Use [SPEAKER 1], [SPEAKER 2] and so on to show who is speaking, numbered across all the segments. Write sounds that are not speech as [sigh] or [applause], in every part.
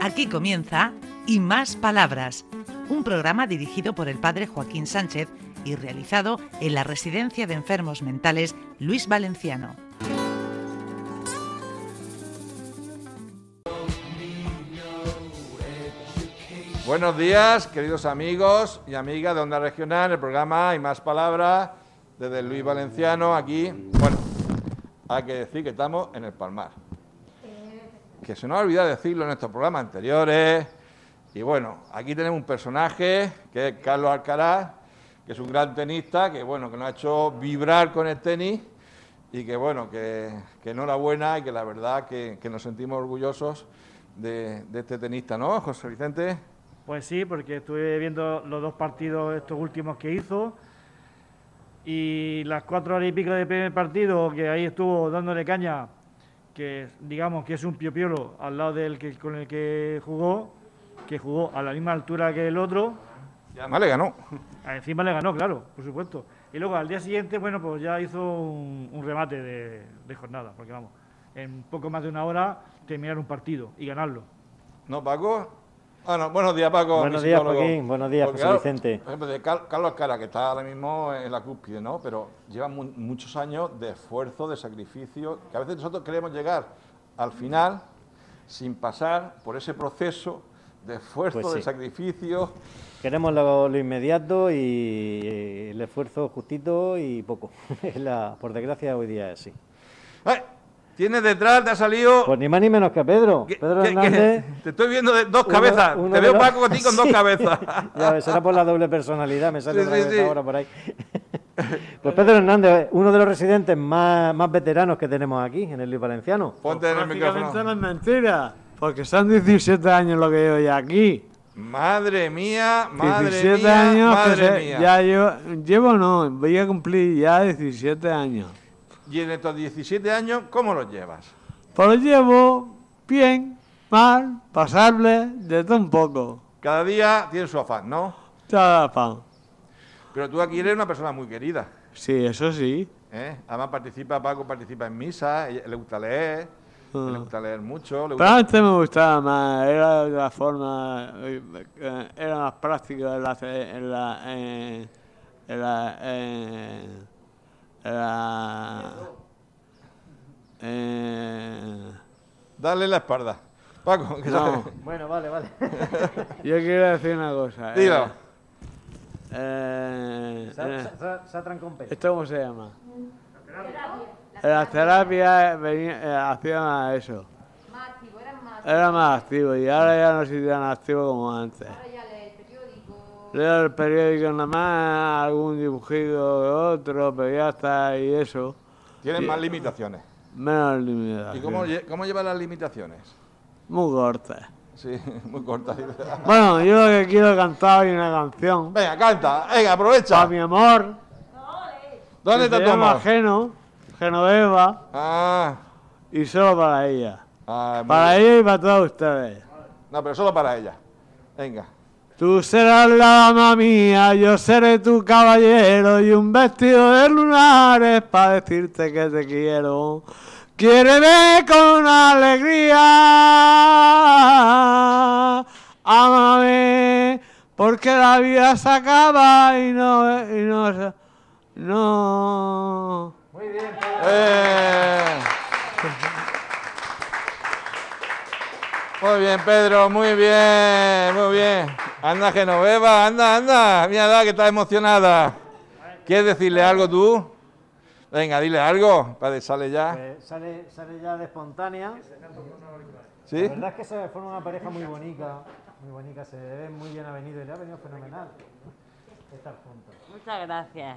[SPEAKER 1] Aquí comienza Y Más Palabras, un programa dirigido por el padre Joaquín Sánchez y realizado en la Residencia de Enfermos Mentales Luis Valenciano.
[SPEAKER 2] Buenos días, queridos amigos y amigas de Onda Regional, el programa y más palabras desde Luis Valenciano aquí. Bueno, hay que decir que estamos en el Palmar. Que se nos ha olvidado decirlo en estos programas anteriores. Y bueno, aquí tenemos un personaje que es Carlos Alcaraz, que es un gran tenista, que bueno, que nos ha hecho vibrar con el tenis y que bueno, que, que enhorabuena y que la verdad que, que nos sentimos orgullosos de, de este tenista, ¿no, José Vicente?
[SPEAKER 3] Pues sí, porque estuve viendo los dos partidos estos últimos que hizo y las cuatro horas y pico de primer partido que ahí estuvo dándole caña, que digamos que es un piopiolo al lado del que, con el que jugó, que jugó a la misma altura que el otro,
[SPEAKER 2] Y además le ganó. [laughs]
[SPEAKER 3] encima le ganó, claro, por supuesto. Y luego al día siguiente, bueno, pues ya hizo un, un remate de, de jornada, porque vamos, en poco más de una hora terminar un partido y ganarlo.
[SPEAKER 2] ¿No, Paco? Ah, no, buenos días, Paco.
[SPEAKER 4] Buenos
[SPEAKER 2] mi
[SPEAKER 4] días,
[SPEAKER 2] psicólogo.
[SPEAKER 4] Joaquín. Buenos días,
[SPEAKER 2] Porque,
[SPEAKER 4] José
[SPEAKER 2] claro,
[SPEAKER 4] Vicente.
[SPEAKER 2] Por ejemplo, de Car- Carlos Cara, que está ahora mismo en la cúspide, ¿no? Pero lleva mu- muchos años de esfuerzo, de sacrificio, que a veces nosotros queremos llegar al final sin pasar por ese proceso de esfuerzo,
[SPEAKER 4] Pues sí.
[SPEAKER 2] de sacrificio.
[SPEAKER 4] Queremos lo, lo inmediato y eh, el esfuerzo justito y poco. [laughs] Es la- por desgracia, hoy día es así.
[SPEAKER 2] ¡Ay! Tienes detrás, te ha salido.
[SPEAKER 4] Pues ni más ni menos que Pedro.
[SPEAKER 2] ¿Qué-
[SPEAKER 4] Pedro
[SPEAKER 2] qué- qué?
[SPEAKER 4] Hernández.
[SPEAKER 2] Te estoy viendo de dos
[SPEAKER 4] uno-
[SPEAKER 2] cabezas.
[SPEAKER 4] uno
[SPEAKER 2] te
[SPEAKER 4] de
[SPEAKER 2] veo,
[SPEAKER 4] los-
[SPEAKER 2] Paco, a ti con dos
[SPEAKER 4] [laughs] Sí.
[SPEAKER 2] cabezas. [laughs]
[SPEAKER 4] Ya ves, será por la doble personalidad, me sale
[SPEAKER 2] Sí,
[SPEAKER 4] otra
[SPEAKER 2] sí,
[SPEAKER 4] vez
[SPEAKER 2] sí.
[SPEAKER 4] ahora por ahí. [laughs] Pues Pedro Hernández, uno de los residentes más, más veteranos que tenemos aquí en el Luis Valenciano.
[SPEAKER 2] Ponte en el
[SPEAKER 5] Prácticamente
[SPEAKER 2] micrófono.
[SPEAKER 5] no es mentira, porque son 17 años lo que llevo ya aquí.
[SPEAKER 2] Madre mía, madre
[SPEAKER 5] 17
[SPEAKER 2] mía,
[SPEAKER 5] años que
[SPEAKER 2] madre
[SPEAKER 5] se-
[SPEAKER 2] mía.
[SPEAKER 5] ya yo llevo no, voy a cumplir ya 17 años.
[SPEAKER 2] Y en estos 17 años, ¿cómo los llevas?
[SPEAKER 5] Pero llevo bien, mal, pasable, de todo un poco.
[SPEAKER 2] Cada día tiene su afán, ¿no?
[SPEAKER 5] Cada pan.
[SPEAKER 2] Pero tú aquí eres una persona muy querida.
[SPEAKER 5] Sí, eso sí.
[SPEAKER 2] ¿eh? Además participa, Paco participa en misa, ella- le gusta leer, le
[SPEAKER 5] Ah.
[SPEAKER 2] gusta leer mucho. Le
[SPEAKER 5] Pero
[SPEAKER 2] [laughs] gusta...
[SPEAKER 5] antes Ah, este me gustaba más, era de la forma, eh, era más práctico en la, en la, eh, en la, eh, en la, eh,
[SPEAKER 2] Dale la espalda. Paco, [laughs] que
[SPEAKER 5] No.
[SPEAKER 2] sale-
[SPEAKER 4] Bueno, vale, vale.
[SPEAKER 5] yo quiero decir una cosa. eh,
[SPEAKER 2] Dilo.
[SPEAKER 5] eh, eh,
[SPEAKER 4] Satran con Pedro.
[SPEAKER 5] ¿Esto cómo se llama? Eh, Las terapias venía- eh, hacían eso.
[SPEAKER 6] más activo, eran más.
[SPEAKER 5] Era más activo y ahora ya no soy tan activo como antes.
[SPEAKER 6] Ahora ya lees el periódico.
[SPEAKER 5] Leo el periódico nada más, algún dibujito que otro, pero ya está, y eso,
[SPEAKER 2] Tienes más limitaciones.
[SPEAKER 5] menos limitada.
[SPEAKER 2] ¿Y cómo, lle- cómo llevas las limitaciones?
[SPEAKER 5] Muy corta.
[SPEAKER 2] Sí, [laughs] muy cortas.
[SPEAKER 5] Bueno, yo lo que quiero cantar hoy es una canción.
[SPEAKER 2] Venga, canta, venga,
[SPEAKER 5] Para
[SPEAKER 2] aprovecha.
[SPEAKER 5] mi amor.
[SPEAKER 2] ¿Dónde
[SPEAKER 5] que
[SPEAKER 2] está
[SPEAKER 5] se
[SPEAKER 2] tu
[SPEAKER 5] llama
[SPEAKER 2] amor?
[SPEAKER 5] Geno, Genoveva,
[SPEAKER 2] Ah,
[SPEAKER 5] y solo para ella.
[SPEAKER 2] ah, muy
[SPEAKER 5] Para
[SPEAKER 2] bien.
[SPEAKER 5] ella y para todos ustedes.
[SPEAKER 2] No, pero solo para ella. Venga.
[SPEAKER 5] Tú serás la dama mía, yo seré tu caballero y un vestido de lunares para decirte que te quiero. Quiéreme con alegría, ámame, porque la vida se acaba y no, y no, se- no.
[SPEAKER 2] Eh. Muy bien, Pedro, muy bien, muy bien. Anda, Genoveva, anda, anda. Mira, da, que está emocionada. ¿Quieres decirle algo tú? Venga, dile algo, para que sale ya.
[SPEAKER 4] Pues sale, sale ya de espontánea.
[SPEAKER 2] ¿Sí?
[SPEAKER 4] La verdad es que se forma una pareja muy bonita, muy bonita, se ve muy bien avenido y le ha venido fenomenal estar juntos.
[SPEAKER 6] Muchas gracias.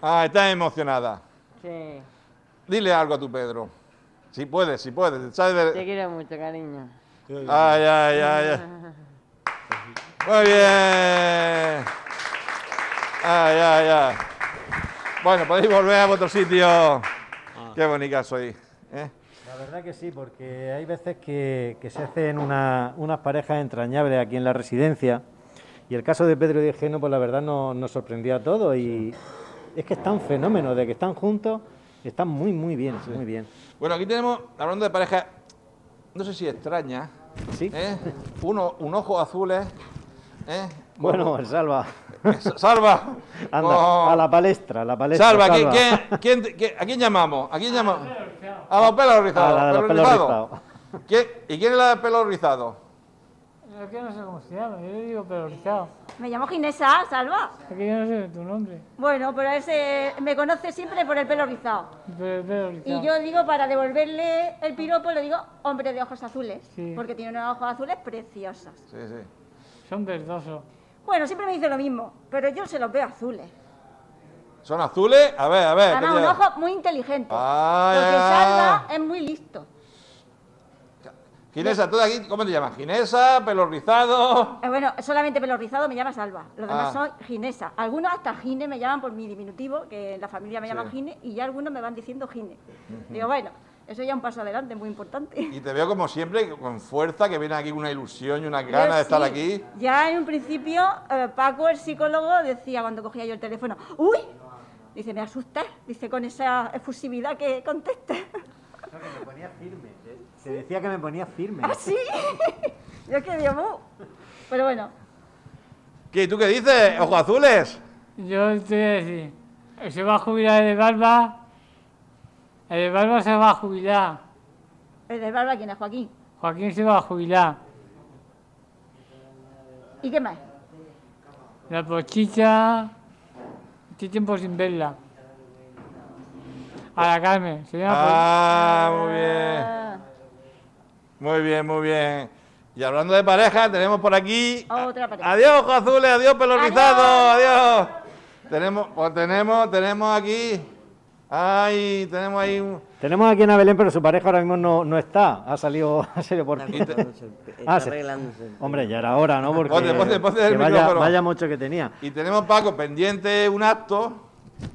[SPEAKER 2] Ah, está emocionada.
[SPEAKER 6] Sí.
[SPEAKER 2] Dile algo a tu Pedro. Si puedes, si puedes. sale de-
[SPEAKER 6] Te quiero mucho, cariño.
[SPEAKER 2] Ay, ay, ay, ay. Muy bien. Ay, ay, ay. Bueno, podéis volver a vuestro sitio.
[SPEAKER 4] Ah.
[SPEAKER 2] Qué bonita soy. ¿eh?
[SPEAKER 4] La verdad que sí, porque hay veces que, que se hacen una- unas parejas entrañables aquí en la residencia. Y el caso de Pedro y de Geno, pues la verdad no- nos sorprendió a todos. Y es que están fenómenos, de que están juntos, están muy, muy bien, muy bien.
[SPEAKER 2] Bueno, aquí tenemos, hablando de parejas, no sé si extraña,
[SPEAKER 4] Sí.
[SPEAKER 2] ¿eh? Uno, un ojo azules. ¿eh?
[SPEAKER 4] Bueno, salva.
[SPEAKER 2] S- Salva.
[SPEAKER 4] [laughs] Anda,
[SPEAKER 2] Oh.
[SPEAKER 4] a la palestra, a la palestra.
[SPEAKER 2] Salva, ¿quién, quién- quién- quién- a quién llamamos? ¿A quién llamamos? A los pelos rizados.
[SPEAKER 4] [laughs] A la de los pelos rizados.
[SPEAKER 2] ¿Quién- ¿Y quién es la de pelos rizados?
[SPEAKER 7] Es que no sé cómo se llama, yo le digo pero rizado.
[SPEAKER 8] Me llamo Ginesa, Salva.
[SPEAKER 7] Es que yo no sé tu nombre,
[SPEAKER 8] Bueno, pero ese me conoce siempre por el pelo rizado.
[SPEAKER 7] pero pero rizado.
[SPEAKER 8] Y yo digo, para devolverle el piropo, le digo hombre de ojos azules,
[SPEAKER 7] Sí.
[SPEAKER 8] porque tiene unos ojos azules preciosos.
[SPEAKER 2] Sí, sí.
[SPEAKER 7] Son verdosos.
[SPEAKER 8] Bueno, siempre me dice lo mismo, pero yo se los veo azules.
[SPEAKER 2] ¿Son azules? A ver, a ver.
[SPEAKER 8] Además,
[SPEAKER 2] ¿qué
[SPEAKER 8] un
[SPEAKER 2] te-
[SPEAKER 8] ojo muy inteligente.
[SPEAKER 2] Eh, Ah,
[SPEAKER 8] porque
[SPEAKER 2] ya.
[SPEAKER 8] Salva es muy listo.
[SPEAKER 2] Ginesa, tú de aquí, ¿cómo te llamas? Ginesa, pelos rizados.
[SPEAKER 8] Eh, bueno, solamente pelo rizado me llama Salva. Los demás
[SPEAKER 2] Ah.
[SPEAKER 8] son Ginesa. Algunos hasta Gine me llaman por mi diminutivo, que en la familia me llaman
[SPEAKER 2] Sí.
[SPEAKER 8] Gine, y ya algunos me van diciendo Gine. Digo, bueno, eso ya es un paso adelante, muy importante.
[SPEAKER 2] Y te veo como siempre, con fuerza, que viene aquí con una ilusión y una
[SPEAKER 8] Yo
[SPEAKER 2] gana de estar
[SPEAKER 8] sí.
[SPEAKER 2] aquí.
[SPEAKER 8] Ya en un principio, eh, Paco, el psicólogo, decía cuando cogía yo el teléfono, ¡Uy! Dice, me asustas. Dice, con esa efusividad que contestas.
[SPEAKER 4] me ponía firme. Se decía que me ponía firme.
[SPEAKER 8] Así. [laughs] yo que digo, "Uh". Pero bueno,
[SPEAKER 2] ¿Qué, ¿Tú qué dices? ¿Ojos azules?
[SPEAKER 7] Yo te voy a decir, se va a jubilar el de barba, el de barba se va a jubilar,
[SPEAKER 8] el del barba, ¿quién es Joaquín?
[SPEAKER 7] Joaquín se va a jubilar,
[SPEAKER 8] ¿Y qué más?
[SPEAKER 7] la pochicha, estoy tiempo sin verla. A la Carmen, se llama
[SPEAKER 2] Ah, muy bien.
[SPEAKER 8] Ah,
[SPEAKER 2] Muy bien, muy bien. Y hablando de pareja, tenemos por aquí.
[SPEAKER 8] A otra pareja.
[SPEAKER 2] Adiós, ojos azules, adiós, pelo rizado, adiós. Tenemos, pues tenemos, tenemos aquí. Ay, tenemos ahí un.
[SPEAKER 4] Tenemos aquí en Belén, pero su pareja ahora mismo no, no está. Ha salido, [laughs] ha salido por ti.
[SPEAKER 9] Está
[SPEAKER 4] Ah, sí.
[SPEAKER 9] arreglándose.
[SPEAKER 4] Hombre, ya era hora, ¿no? Porque
[SPEAKER 2] Ponte, ponte, ponte el
[SPEAKER 4] que vaya,
[SPEAKER 2] micrófono.
[SPEAKER 4] vaya mucho que tenía.
[SPEAKER 2] Y tenemos, Paco, pendiente un acto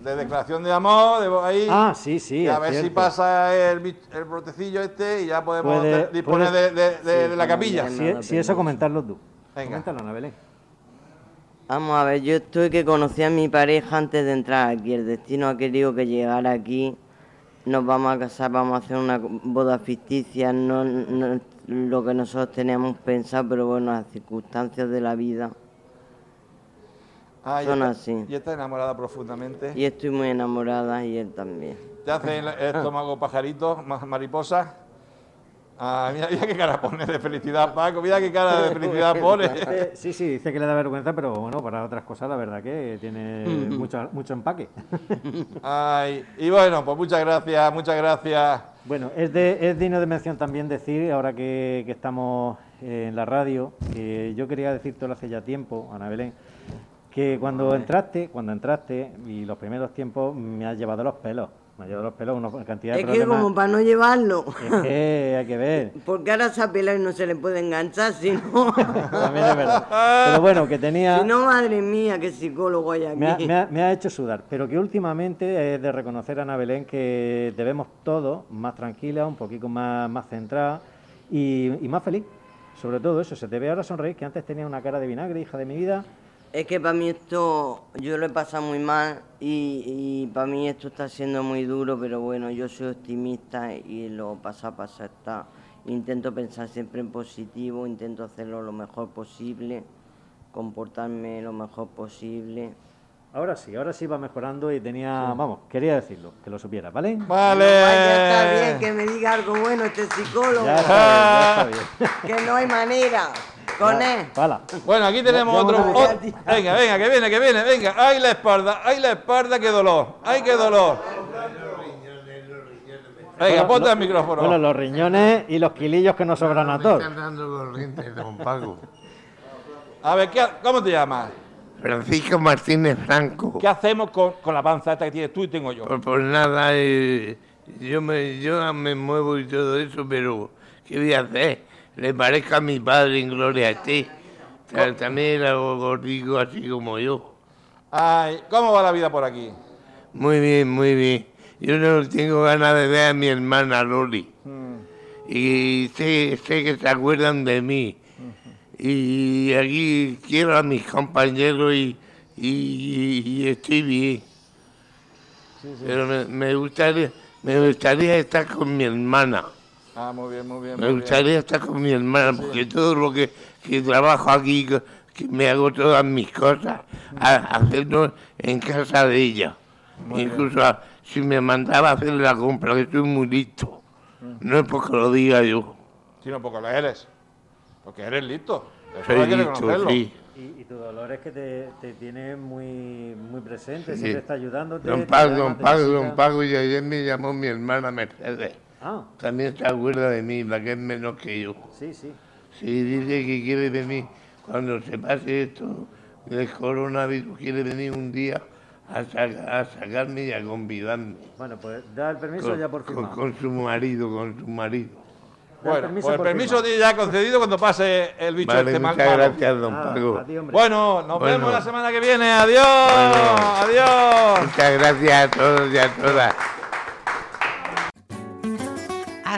[SPEAKER 2] de declaración de amor, de ahí.
[SPEAKER 4] Ah, sí, sí.
[SPEAKER 2] y a
[SPEAKER 4] es
[SPEAKER 2] ver si
[SPEAKER 4] cierto.
[SPEAKER 2] pasa el, bich- el brotecillo este y ya podemos
[SPEAKER 4] Puede-
[SPEAKER 2] de- disponer de,
[SPEAKER 4] puede-
[SPEAKER 2] de- de-
[SPEAKER 9] Sí,
[SPEAKER 2] de la
[SPEAKER 9] bueno,
[SPEAKER 2] capilla.
[SPEAKER 9] ya no.
[SPEAKER 4] Si, si eso, comentarlo tú.
[SPEAKER 2] Venga.
[SPEAKER 4] Coméntalo, Ana Belén.
[SPEAKER 9] Vamos a ver, yo estoy que conocí a mi pareja antes de entrar aquí. El destino ha querido que llegara aquí. Nos vamos a casar, vamos a hacer una boda ficticia, no, no es lo que nosotros teníamos pensado, pero bueno, las circunstancias de la vida.
[SPEAKER 2] Ah, y,
[SPEAKER 9] Son
[SPEAKER 2] está,
[SPEAKER 9] así.
[SPEAKER 2] y está enamorada profundamente.
[SPEAKER 9] Y estoy muy enamorada y él también.
[SPEAKER 2] Te hace el estómago pajarito, ma- mariposa. Ah, mira, mira qué cara pone de felicidad, Paco. Mira qué cara de
[SPEAKER 9] [laughs]
[SPEAKER 2] felicidad pone.
[SPEAKER 4] Eh, sí, sí, dice que le da vergüenza, pero bueno, para otras cosas, la verdad que tiene mucho, mucho empaque. [laughs]
[SPEAKER 2] Ay, y bueno, pues muchas gracias, muchas gracias.
[SPEAKER 4] Bueno, es, de, es digno de mención también decir, ahora que, que estamos eh, en la radio, que yo quería decírtelo hace ya tiempo, Ana Belén, que cuando entraste, cuando entraste y los primeros tiempos me has llevado los pelos, me has llevado los pelos una cantidad de
[SPEAKER 9] Es que
[SPEAKER 4] problemas.
[SPEAKER 9] como para no llevarlo,
[SPEAKER 4] Es que hay que ver.
[SPEAKER 9] porque ahora se ha pelado y no se le puede enganchar,
[SPEAKER 4] [laughs]
[SPEAKER 9] si no,
[SPEAKER 4] También es verdad. Pero bueno, que tenía.
[SPEAKER 9] si no, madre mía, qué psicólogo hay
[SPEAKER 4] me, ha,
[SPEAKER 9] aquí.
[SPEAKER 4] me ha- me ha hecho sudar, pero que últimamente es de reconocer, Ana Belén, que te vemos todos más tranquila, un poquito más, más centrada y, y más feliz. Sobre todo eso, se te ve ahora sonreír, que antes tenía una cara de vinagre, hija de mi vida.
[SPEAKER 9] Es que para mí esto, yo lo he pasado muy mal y, para mí esto está siendo muy duro, pero bueno, yo soy optimista y lo pasa a pasar está. Intento pensar siempre en positivo, intento hacerlo lo mejor posible, comportarme lo mejor posible.
[SPEAKER 4] Ahora sí, ahora sí va mejorando y tenía, vamos, quería decirlo, que lo supieras, ¿vale?
[SPEAKER 9] No vaya a estar bien
[SPEAKER 2] Vale.
[SPEAKER 9] que me diga algo bueno este psicólogo,
[SPEAKER 4] Ya está bien, ya está bien.
[SPEAKER 9] que no hay manera con él.
[SPEAKER 4] Hala.
[SPEAKER 2] Bueno, aquí tenemos
[SPEAKER 4] Ya- ya
[SPEAKER 2] otro.
[SPEAKER 4] hemos
[SPEAKER 2] ot- venga, venga, que viene, que viene, venga. Ay, la espalda, ay, la espalda, qué dolor, ay, qué dolor. Venga, ponte el
[SPEAKER 4] Bueno,
[SPEAKER 2] micrófono.
[SPEAKER 4] los riñones y los kilillos que nos sobran a todos.
[SPEAKER 10] dando los dientes, don Paco.
[SPEAKER 2] A ver, ¿qué ha- ¿cómo te llamas?
[SPEAKER 10] Francisco Martínez Franco.
[SPEAKER 2] ¿Qué hacemos con, con la panza esta que tienes tú y tengo yo?
[SPEAKER 10] Pues, pues nada, eh, yo, me, yo me muevo y todo eso, pero ¿qué voy a hacer? Le parezca a mi padre en gloria esté. Ta- También era gordico así como yo.
[SPEAKER 2] Ay, ¿cómo va la vida por aquí?
[SPEAKER 10] Muy bien, muy bien. Yo no tengo ganas de ver a mi hermana Loli. Y sé, sé que se acuerdan de mí. Y aquí quiero a mis compañeros y, y- y- y estoy bien. Pero me, me gustaría, me gustaría estar con mi hermana.
[SPEAKER 2] Ah, muy bien, muy bien.
[SPEAKER 5] Me
[SPEAKER 2] muy bien.
[SPEAKER 5] gustaría estar con mi hermana,
[SPEAKER 2] Sí.
[SPEAKER 5] porque todo lo que, que trabajo aquí, que- que me hago todas mis cosas, a, hacerlo en casa de ella.
[SPEAKER 2] Muy bien.
[SPEAKER 5] Incluso a- si me mandaba a hacer la compra, que estoy muy listo. No es porque lo diga yo.
[SPEAKER 2] Sí, no, porque lo eres. Porque eres listo. Eso
[SPEAKER 5] Soy
[SPEAKER 2] hay que
[SPEAKER 5] listo,
[SPEAKER 2] reconocerlo.
[SPEAKER 5] sí.
[SPEAKER 4] Y, y tu dolor es que te, te tiene muy, muy presente,
[SPEAKER 5] Sí.
[SPEAKER 4] siempre está ayudándote.
[SPEAKER 5] Don
[SPEAKER 4] te
[SPEAKER 5] Paco,
[SPEAKER 4] llama,
[SPEAKER 5] don
[SPEAKER 4] te
[SPEAKER 5] Paco,
[SPEAKER 4] visita.
[SPEAKER 5] don Paco, y ayer me llamó mi hermana Mercedes.
[SPEAKER 4] Ah.
[SPEAKER 5] También se acuerda de mí, la que es menos que yo.
[SPEAKER 4] Sí, sí.
[SPEAKER 5] Sí, dice que quiere venir, cuando se pase esto del coronavirus, quiere venir un día a, sa- a sacarme y a convidarme.
[SPEAKER 4] Bueno, pues da el permiso
[SPEAKER 5] Con,
[SPEAKER 4] ya por
[SPEAKER 5] con-
[SPEAKER 4] firmar.
[SPEAKER 5] con su marido, con su marido.
[SPEAKER 4] Da
[SPEAKER 2] Bueno, pues el
[SPEAKER 4] por
[SPEAKER 2] permiso
[SPEAKER 4] firmar.
[SPEAKER 2] de ya concedido cuando pase el bicho
[SPEAKER 5] Vale,
[SPEAKER 2] este mal.
[SPEAKER 5] muchas
[SPEAKER 2] malo.
[SPEAKER 5] gracias, don
[SPEAKER 4] Nada,
[SPEAKER 5] Paco.
[SPEAKER 4] Ah, a ti, hombre.
[SPEAKER 2] Bueno, nos
[SPEAKER 5] Bueno.
[SPEAKER 2] vemos la semana que viene. Adiós.
[SPEAKER 5] Bueno.
[SPEAKER 2] Adiós.
[SPEAKER 5] Muchas gracias a todos y a todas.